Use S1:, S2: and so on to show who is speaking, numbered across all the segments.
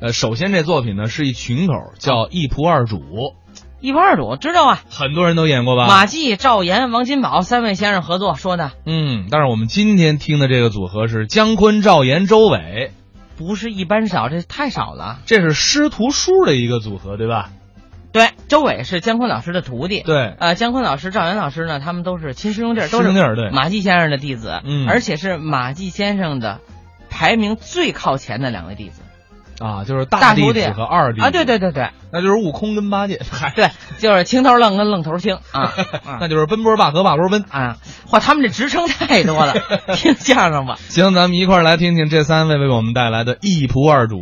S1: 呃，首先这作品呢是一群口，叫《一仆二主》，
S2: 一仆二主知道啊，
S1: 很多人都演过吧？
S2: 马季、赵岩、王金宝三位先生合作说的，
S1: 嗯，但是我们今天听的这个组合是姜昆、赵岩、周伟，
S2: 不是一般少，这太少了。
S1: 这是师徒叔的一个组合，对吧？
S2: 对，周伟是姜昆老师的徒弟，
S1: 对，
S2: 呃，姜昆老师、赵岩老师呢，他们都是亲师兄弟儿，都
S1: 师兄弟
S2: 是
S1: 儿对
S2: 马季先生的弟子，
S1: 嗯
S2: 而且是马季先生的排名最靠前的两位弟子
S1: 啊，就是
S2: 大
S1: 弟
S2: 徒弟
S1: 子和二弟子
S2: 啊，对，对对对
S1: 那就是悟空跟八戒，嗨，
S2: 对，就是青头愣跟愣头青 啊
S1: 那就是奔波霸和霸波奔。
S2: 啊，哇，他们这职称太多 了，听相声吧。
S1: 行，咱们一块儿来听听这三位为我们带来的《一仆二主》。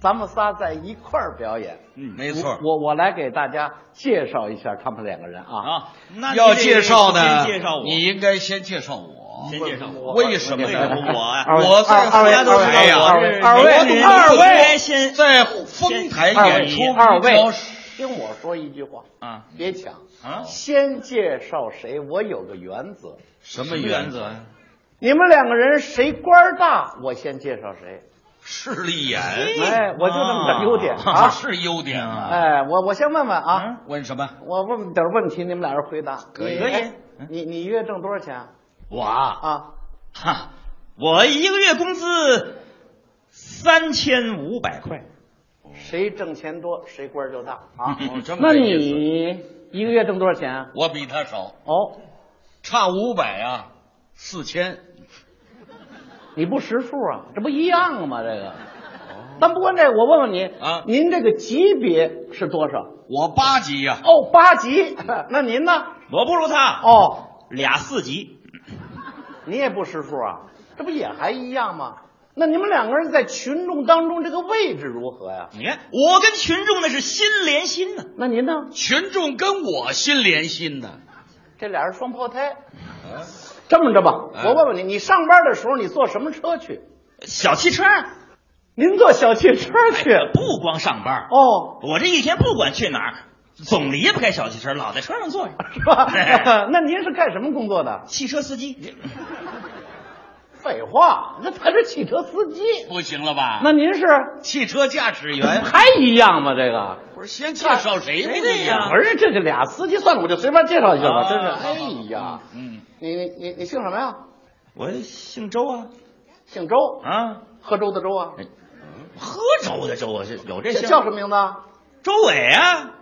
S3: 咱们仨在一块儿表演。
S4: 嗯，没错
S3: 我我来给大家介绍一下他们两个人啊。
S4: 啊。那
S5: 要
S4: 你
S5: 介绍呢，
S4: 先介绍我，
S5: 你应该先介绍我。
S4: 先介绍我。
S5: 为什么呢？
S4: 我呀
S3: 二位
S5: 我在
S3: 二位
S5: 河南台呀，
S3: 二位二位
S5: 我
S3: 你
S5: 在
S3: 们
S5: 二位
S4: 先
S5: 在丰台演出，
S3: 二位
S5: 你知道
S3: 听我说一句话，
S4: 啊
S3: 别抢，
S4: 啊，
S3: 先介绍谁，我有个原则。
S5: 什么
S4: 什么
S5: 原
S4: 原
S5: 则
S4: 则
S5: 呀
S4: 呀？
S3: 你们两个人谁官儿大，我先介绍谁。
S5: 势利眼，
S3: 哎，我就这么个优点
S5: 啊，
S3: 啊。
S5: 是优点啊。
S3: 哎，我我先问问啊，
S5: 问什么？
S3: 我问点问题，你们俩人回答。
S5: 可以
S3: 你
S5: 可以。
S3: 哎你你一月挣多少钱啊
S4: 我啊，
S3: 啊？
S4: 哈，我一个月工资三千五百块，
S3: 谁挣钱多，谁官儿就大啊
S5: 哦这么
S3: 那
S5: 个意思
S3: 你一个月挣多少钱啊？
S5: 我比他少，
S3: 哦，
S5: 差五百啊，四千。
S3: 你不识数啊？这不一样吗？这个，咱不管这，我问问你
S5: 啊
S3: 您这个级别是多少？
S5: 我八级呀，
S3: 哦，八级。 那您呢？
S4: 我不如他，
S3: 哦，
S4: 俩四级。
S3: 你也不识数啊？这不也还一样吗？那你们两个人在群众当中这个位置如何呀？
S4: 你看，我跟群众那是心连心呢。
S3: 那您呢？
S5: 群众跟我心连心呢。
S3: 这俩人双胞胎。这么着吧，我问问你，你上班的时候你坐什么车去？
S4: 小汽车，
S5: 哎
S3: 您坐小汽车去。
S4: 不光上班，
S3: 哦，
S4: 我这一天不管去哪儿，总离不开小汽车，老在车 上坐着。
S3: 是 吧
S4: 哎？
S3: 那您是干什么工作的？
S4: 汽车司机，
S3: 废话，那他是汽车司机。
S5: 不行了吧？
S3: 那您是
S5: 汽车驾驶
S4: 哎
S5: 员，
S3: 还一样吗？这个
S5: 不是先介绍谁不
S4: 对呀
S3: 不是这这俩司机，算了，我就随便介绍一下吧。
S5: 啊
S3: 真是，
S5: 好
S3: 哎呀，
S5: 嗯，
S3: 你你你你姓什么呀？
S4: 我姓周啊
S3: 姓周，
S4: 啊，
S3: 喝粥的粥啊。
S4: 喝粥的粥啊，是有这
S3: 这
S4: 姓
S3: 叫什么名字啊？
S4: 周伟啊，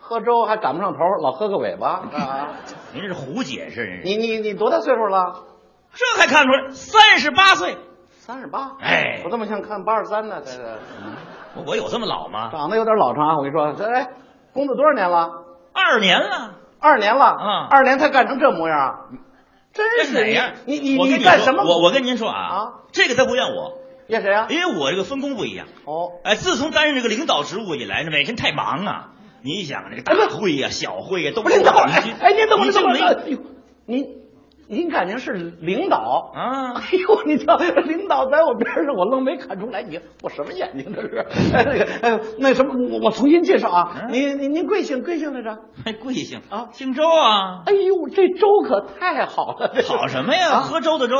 S3: 喝粥还赶不上头，老喝个尾巴啊！
S4: 您是胡解释，人 家
S3: 你你你多大岁数了？
S4: 这还看出来，三十八岁，
S3: 三十八。
S4: 哎嗯
S3: 我，怎么像看八十三呢？这个
S4: 我有这么老吗？
S3: 长得有点老成啊！我跟你说，这哎，工作多少年了？
S4: 二年了，
S3: 二年了。
S4: 啊
S3: 二年才干成这模样啊，真
S4: 这
S3: 是
S4: 哪样？
S3: 你你
S4: 我
S3: 你
S4: 跟
S3: 你
S4: 你
S3: 干
S4: 说
S3: 什么？
S4: 我我跟哎您说啊，
S3: 啊
S4: 这个他不怨我，
S3: 怨谁啊？
S4: 因为我这个分工不一样。
S3: 哦，
S4: 哎，自从担任这个领导职务以来呢，每天太忙啊。你想这个大会呀、小会呀、都
S3: 哎不是，您等会儿，哎，您等会儿，
S4: 您
S3: 您等
S4: 就
S3: 会
S4: 没
S3: 儿，哎呦，您您感情是领导？
S4: 啊？
S3: 哎呦，你瞧，领导在我边上，我愣没看出来你，我什么眼睛这是？哎，那个，哎，那什么，我我重新介绍啊，
S4: 嗯
S3: 您您您贵姓贵姓来着？
S4: 还贵姓
S3: 啊
S4: 姓周啊？
S3: 哎呦，这粥可太好了，这
S4: 好什么呀？
S3: 啊
S4: 喝粥的粥，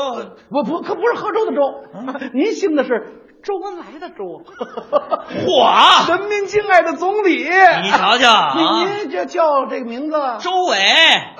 S3: 不不，可不是喝粥的粥
S4: 啊，
S3: 您姓的是周恩来的 周，
S4: 我啊
S3: 人民敬爱的总理，
S4: 你瞧瞧啊
S3: 您您这叫这个名字，哎
S4: 周伟，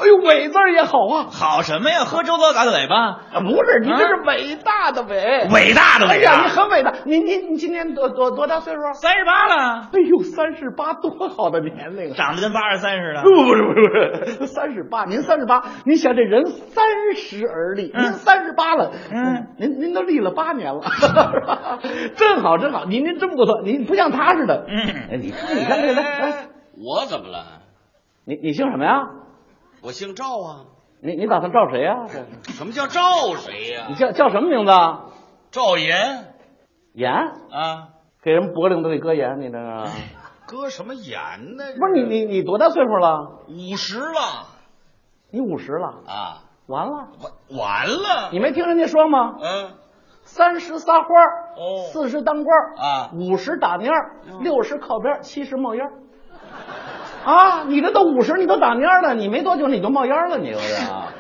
S3: 呦，伟字儿也好啊，
S4: 好什么呀？喝粥高打个尾巴，
S3: 啊，不是，你
S4: 啊
S3: 这是伟大的伟，
S4: 伟大的
S3: 哎
S4: 伟
S3: 呀，你
S4: 大，
S3: 很伟大。你你你今年多多多大岁数？啊
S4: 三十八了，
S3: 哎呦，三十八，多好的年龄啊！
S4: 长得跟八十三似的
S3: 不。不是不是不是，三十八，您三十八，您想这人三十而立，
S4: 嗯
S3: 您三十八了，
S4: 嗯，
S3: 您您都立了八年了， 是吧正好正好，您您真不错，您不像他似的，
S4: 嗯
S3: 哎你看你看这个，哎，
S5: 我怎么了？
S3: 你你姓什么呀？
S5: 我姓赵啊。
S3: 你你打算照谁呀、这
S5: 什么叫赵谁呀、
S3: 你叫叫什么名字？啊？
S5: 赵岩
S3: 盐，
S5: 啊，
S3: 给人脖领子里搁盐，你这是？
S5: 搁什么眼呢？
S3: 不是你你你多大岁数了？
S5: 你五十了
S3: 你五十了，
S5: 啊，
S3: 完了。
S5: 完完了，
S3: 你没听人家说吗？
S5: 嗯、
S3: 三十撒欢儿，
S5: 哦
S3: 四十当官儿
S5: 啊
S3: 五十打蔫儿，六十靠边儿，七十冒烟儿。啊，你这都五十，你都打蔫儿了，你没多久你就冒烟儿了，你不是啊？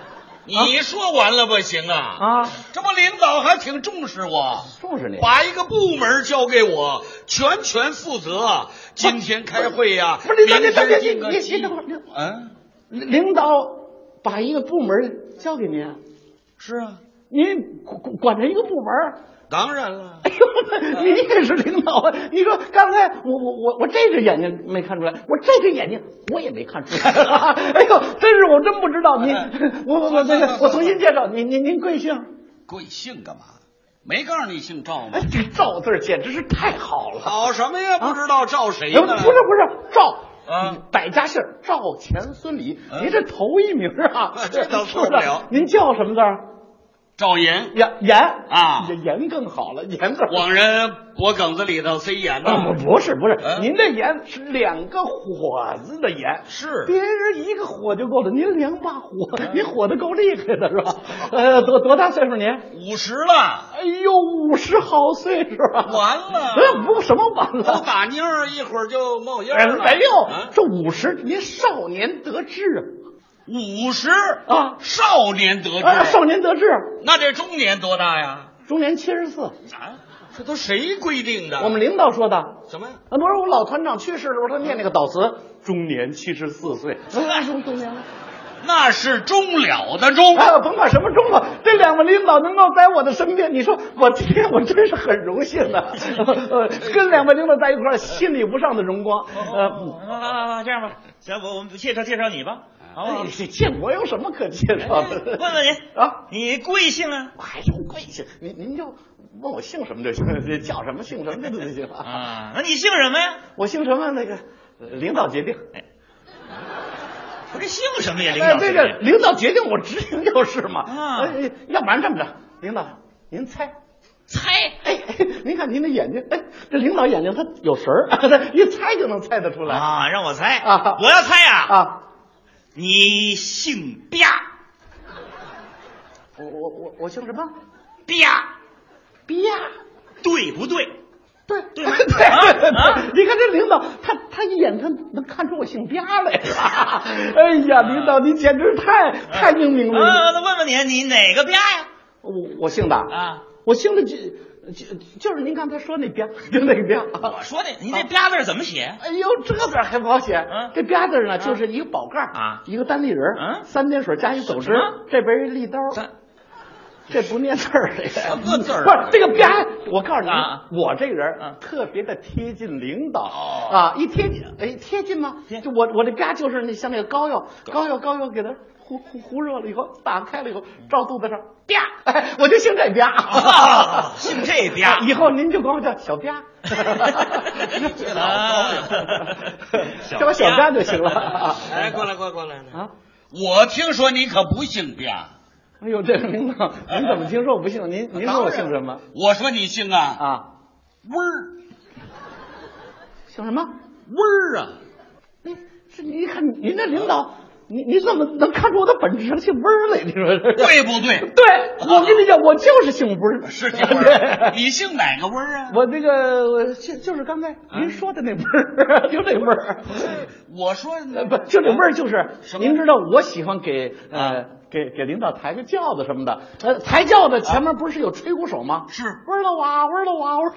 S5: 你说完了不行啊！
S3: 啊，
S5: 这不领导还挺重视我，
S3: 重视你。
S5: 把一个部门交给我，全权负责。今天开会呀、
S3: 不是领导，
S5: 明
S3: 你等
S5: 天
S3: 你
S5: 定
S3: 你
S5: 个
S3: 你
S5: 期
S3: 等会儿，领
S5: 嗯，
S3: 领导把一个部门交给您，
S5: 是啊，
S3: 您管管着一个部门。
S5: 当然了。
S3: 哎呦，你也是领导啊！你说刚才我我我我这只眼睛没看出来，我这只眼睛我也没看出 来。哎呦，真是我真不知道您，
S5: 哎
S3: 我我我这个我重新介绍您，您您贵姓？
S5: 贵姓干嘛？没告诉你姓赵吗
S3: 哎，？这个赵字儿简直是太好了。
S5: 好什么
S4: 啊
S5: 呀？不知道赵谁呢？
S3: 哎不是不是赵。
S5: 啊，
S3: 百家姓儿赵钱孙李，
S5: 嗯，
S3: 您这头一名啊
S5: 这倒错不了
S3: 是是您叫什么字儿？
S5: 赵岩，
S3: 严严
S5: 啊
S3: 严严更好了，严更好。
S5: 往人脖梗子里头塞盐呢。
S3: 啊，不不是不是，
S5: 嗯
S3: 您这盐是两个火字的盐，
S5: 是啊
S3: 别人一个火就够了，您两把火，您火的够厉害的是吧？呃，多多大岁数您？
S5: 五十了，
S3: 哎呦，五十好岁数啊！
S5: 完了
S3: 哎，不什么完
S5: 都
S3: 了？
S5: 打蔫儿，一会儿就冒烟
S3: 哎
S5: 儿了。
S3: 没有
S5: 啊，
S3: 这五十您少年得志
S5: 五十
S3: 啊
S5: 少年得
S3: 啊，啊，
S5: 志。
S3: 少年得志，
S5: 那这中年多大呀？
S3: 中年七十四。
S5: 啊，这都谁规定的？
S3: 我们领导说的。啊，
S5: 什么？
S3: 不是我老团长去世的时候，他念那个悼词，中年七十四岁，
S5: 啊
S3: 哎中中年了。
S5: 那是中了的中。
S3: 哎，甭管什么中了，这两位领导能够在我的身边，你说我今天我真是很荣幸的， 呃，跟两位领导在一块儿，心里无上的荣光。
S5: 哦
S3: 呃，
S4: 啊，这样吧，行，我我们介绍介绍你吧，好不好？
S5: 哦
S3: 哎这我有什么可介绍的？
S5: 哎
S4: 问问你
S3: 啊，
S4: 你贵姓啊？
S3: 哎呦，贵姓？您您就问我姓什么就行，叫什么姓什么就行啊。
S4: 啊，那你姓什么呀？
S3: 我姓什么？那个呃领导决定。
S4: 不是姓什么呀，领
S3: 哎，
S4: 导
S3: 对
S4: 是
S3: 对，领导决定我执行就是嘛。
S4: 啊
S3: 哎，要不然这么着，领导您猜。
S4: 猜
S3: 哎，哎您看您的眼睛，哎，这领导眼睛他有神儿， 他一猜就能猜得出来
S4: 啊，让我猜
S3: 啊
S4: 我要猜啊，
S3: 啊！
S4: 你姓吧
S3: 我我我我姓什么？
S4: 吧，
S3: 比亚。
S4: 对不对？
S3: 对对
S4: 啊啊
S3: 你看这领导，他他一眼他能看出我姓边 来了。哎呀，领导您简直太太英明
S4: 啊，
S3: 了！
S4: 那问问你，你哪个吧呀？
S3: 我我姓的，
S4: 啊，
S3: 我姓的就就就是您刚才说那边，就那个边。
S4: 我说的，你这吧字儿怎么写？
S3: 哎呦，这字儿还不好写。
S4: 嗯
S3: 这吧字儿呢，就是一个宝盖儿
S4: 啊
S3: 一个单立人儿，
S4: 嗯
S3: 三点水加一走之
S4: 什么，
S3: 这边一立刀
S4: 三。
S3: 这不念字儿，这个什
S4: 么字儿
S3: 不是这个吧？我告诉你
S4: 啊，
S3: 我这个人
S4: 啊
S3: 特别的贴近领导啊，一贴近，哎，贴近吗？
S4: 哦贴
S3: 就我我这吧就是那像那个膏药，膏药膏药给它糊糊糊热了以后，打开了以后
S4: 嗯
S3: 照肚子上，吧，哎，我就姓这吧
S4: 啊，姓这吧
S3: 以后您就管我叫小吧。 叫我小张就行了。
S5: 来，哎过来，过来，过来。
S3: 啊！
S5: 我听说你可不姓吧？
S3: 哎呦，这个领导，您怎么听说我不姓？您您说我姓什么？
S5: 我说你姓啊，
S3: 啊，
S5: 温儿，
S3: 姓什么？
S5: 温儿啊。
S3: 哎，这您看您这领导，你你怎么能看出我的本质上姓温儿来？你说这
S5: 对不对？
S3: 对，我跟你讲，我就是姓温儿，
S5: 是姓温 儿，
S3: 对。
S5: 你姓哪个温儿啊？
S3: 我那个我就就是刚才您说的那味儿， 就那味儿，
S5: 我说
S3: 呃不，就这味儿就是
S5: 什，么
S3: 您知道我喜欢给呃给给领导抬个轿子什么的，呃抬轿子前面不是有吹鼓手吗？
S5: 是
S3: 味儿了瓦，味儿了瓦，味儿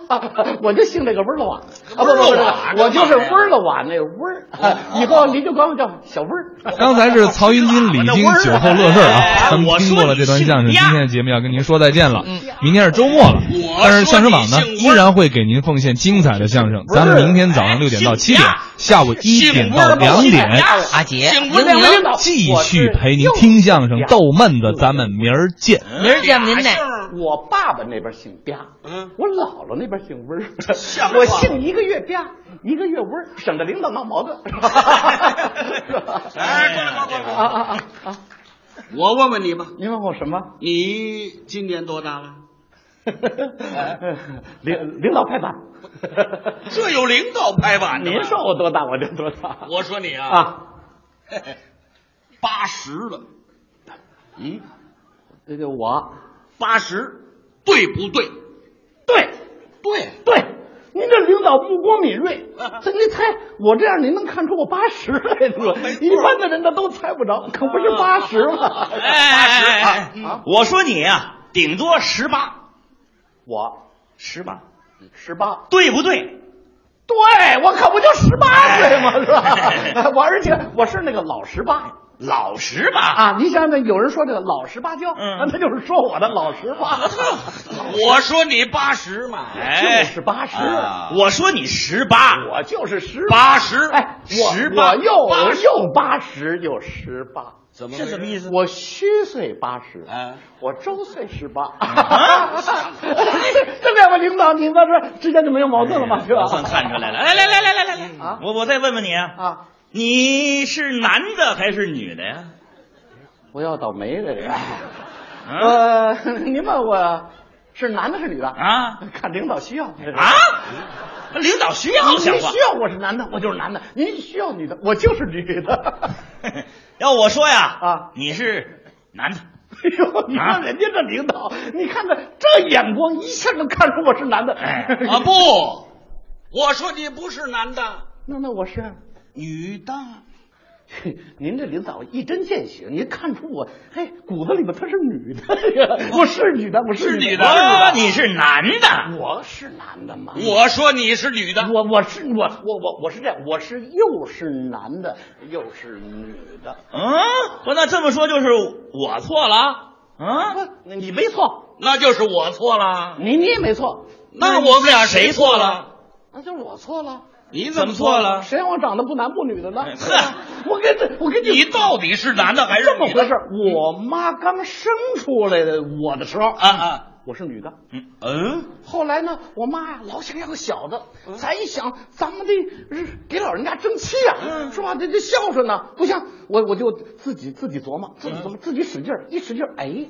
S3: 了瓦， 我就姓这个味儿了瓦啊，不不
S5: 味儿了瓦
S3: 不不，我就是
S5: 干嘛呀
S3: 味儿了瓦那个味儿， 以后您就管我叫小味儿。
S1: 刚才是曹云金、李菁酒后乐事儿啊，咱们听过了这段相声，今天的节目要跟您说再见了。明天是周末了，但是相声榜呢依然会给您奉献精彩的相声。咱们明天早上六
S5: 哎
S1: 点到七点，下午一点哎到两点，
S2: 阿杰，
S5: 姓
S2: 明
S5: 温的
S2: 明
S5: 温
S1: 继续陪您听相声、逗闷子。咱们明儿见。
S2: 明儿见您呢。
S3: 我爸爸那边姓吧，
S5: 哎嗯，
S3: 我姥姥那边姓温儿，
S5: 像话
S3: 我姓一个月吧，一个月温儿，省得领导闹 矛盾。
S5: 哎，过来，过来，过来。
S3: 啊啊啊啊！
S5: 我问问你吧，
S3: 您问我什么？
S5: 你今年多大了？
S3: 领领导拍板，
S5: 这有领导拍板的吗
S3: 您说我多大我就多大。
S5: 哎我说你啊，
S3: 啊，
S5: 八十了，嗯，
S3: 这个我
S5: 八十，对不对？
S3: 对
S5: 对，
S3: 对，您这领导目光敏锐，
S5: 啊
S3: 这您猜我这样您能看出我八十来呢？一般的人他都猜不着，可不是八十吗？
S4: 哎哎哎
S3: 啊啊
S4: 哎！我说你啊，顶多十八，
S3: 我
S4: 十八，
S3: 十八，
S4: 对不对？
S3: 对我可不就十八岁吗？是吧？ 我而且我是那个老十八。
S4: 老十 八，
S3: 啊，你想想，有人说这个老十八教，
S4: 嗯
S3: 那他就是说我的老十八，
S5: 我说你八十嘛，
S3: 就
S4: 哎，
S3: 是八十，
S5: 啊
S4: 我说你十八，
S3: 我就是十
S5: 八十，
S3: 哎，我
S5: 十八
S3: 我又
S5: 八十
S3: 又八十又十八，
S5: 怎么
S4: 这什么意
S5: 思？
S4: 思？
S3: 我虚岁八十，
S5: 哎，
S3: 我周岁十八， 这两位领导，你们这之间就没有矛盾了
S5: 哎
S3: 吗？是吧？
S4: 哎我算看出来了，来来来来来来来
S3: 啊
S4: 我我再问问你啊，
S3: 啊，
S4: 你是男的还是女的呀？
S3: 我要倒霉了，这个，
S4: 啊
S3: 呃，您问我是男的是女的？
S4: 啊
S3: 看领导需要这个
S4: 啊！领导需要
S3: 您
S4: 想话
S3: 需。要我是男的，我就是男的；您需要女的，我就是女的。
S4: 要我说呀，
S3: 啊
S4: 你是男的，
S3: 哎呦，你
S4: 啊
S3: 看人家这领导，你看他这眼光，一下就看出我是男的。
S4: 哎
S5: 啊不，我说你不是男的，
S3: 那那我是，
S5: 女的，
S3: 嘿 您这领导一针见血，您看出我，嘿，骨子里边她是女的呀，我是女的，我是
S5: 是女
S3: 的，啊
S5: 的
S4: 哦你是男的，嗯
S3: 我是男的吗？
S5: 我说你是女的，
S3: 我我是我我我我是这样，我是又是男的又是女的。
S4: 嗯，不，那这么说就是我错了啊，嗯，
S3: 不，你没错，
S5: 那就是我错了。
S3: 你你也没错，
S5: 那我们俩谁错了？
S3: 那就是我错了。
S5: 你
S4: 怎么错了？
S3: 谁让我长得不男不女的 呢？
S4: 哎
S3: 呵，我跟这，我跟
S5: 你到底是男的还是
S3: 这么
S5: 女
S3: 回
S5: 的？
S3: 事儿？我妈刚生出来的我的时候
S4: 啊，啊，
S3: 我是女的。
S4: 嗯嗯，
S3: 后来呢，我妈呀老想要个小的，咱一想，咱们得呃给老人家争气啊，是吧？这这孝顺呢，不行，我我就自己自己琢磨，自己琢磨，自己使劲儿，一使劲儿，哎。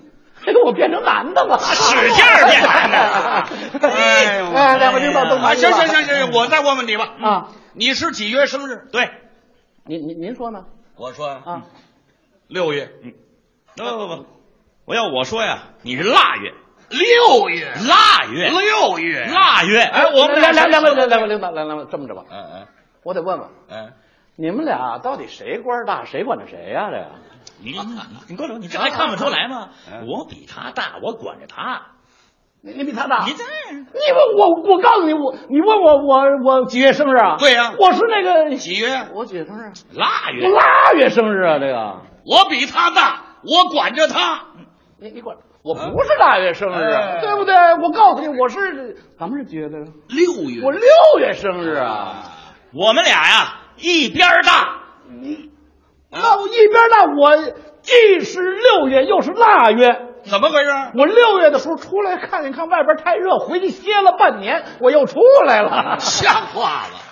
S3: 我变成男的了，
S5: 啊
S4: 使劲儿变男的哎呦
S3: 哎，两位领导都
S5: 啊，
S3: 满意了
S5: 行行行行，我再问问你吧。
S3: 啊！
S5: 你是几月生日？
S4: 对，
S3: 您您您说呢？
S5: 我说啊，
S3: 啊，
S5: 六月，
S4: 不不嗯哦不不，我要我说呀，你是腊月，
S5: 六月，啊
S4: 腊月，
S5: 六月，
S4: 腊月，
S5: 哎，我们俩
S3: 来来来来来来，领导来来这么着吧，
S5: 嗯
S3: 我得问问
S5: 嗯嗯，
S3: 你们俩到底谁官儿大，谁管着谁呀、这个
S4: 你
S5: 啊
S4: 你过来，你这还看不出来吗？我比他大，我管着他，
S3: 你你比他
S5: 啊
S3: 大。
S4: 你
S3: 你
S4: 这
S3: 问我，我告诉你，我你问我我我几月生日啊？
S5: 对呀
S3: 我是那个
S5: 几月？
S3: 我几月生日啊？
S4: 腊月
S3: 我，腊月生日啊，这个
S5: 我比他大，我管着他。
S3: 你你管我不是腊月生日啊，
S5: 哎
S3: 对不对？我告诉你，我是咱们是几月的？
S5: 六月
S3: 我六月生日啊。
S4: 我们俩呀一边儿大，
S5: 嗯
S3: 那我一边呢，我既是六月又是腊月。
S5: 怎么回事？
S3: 我六月的时候出来看一看，外边太热，回去歇了半年，我又出来了。
S5: 像话了！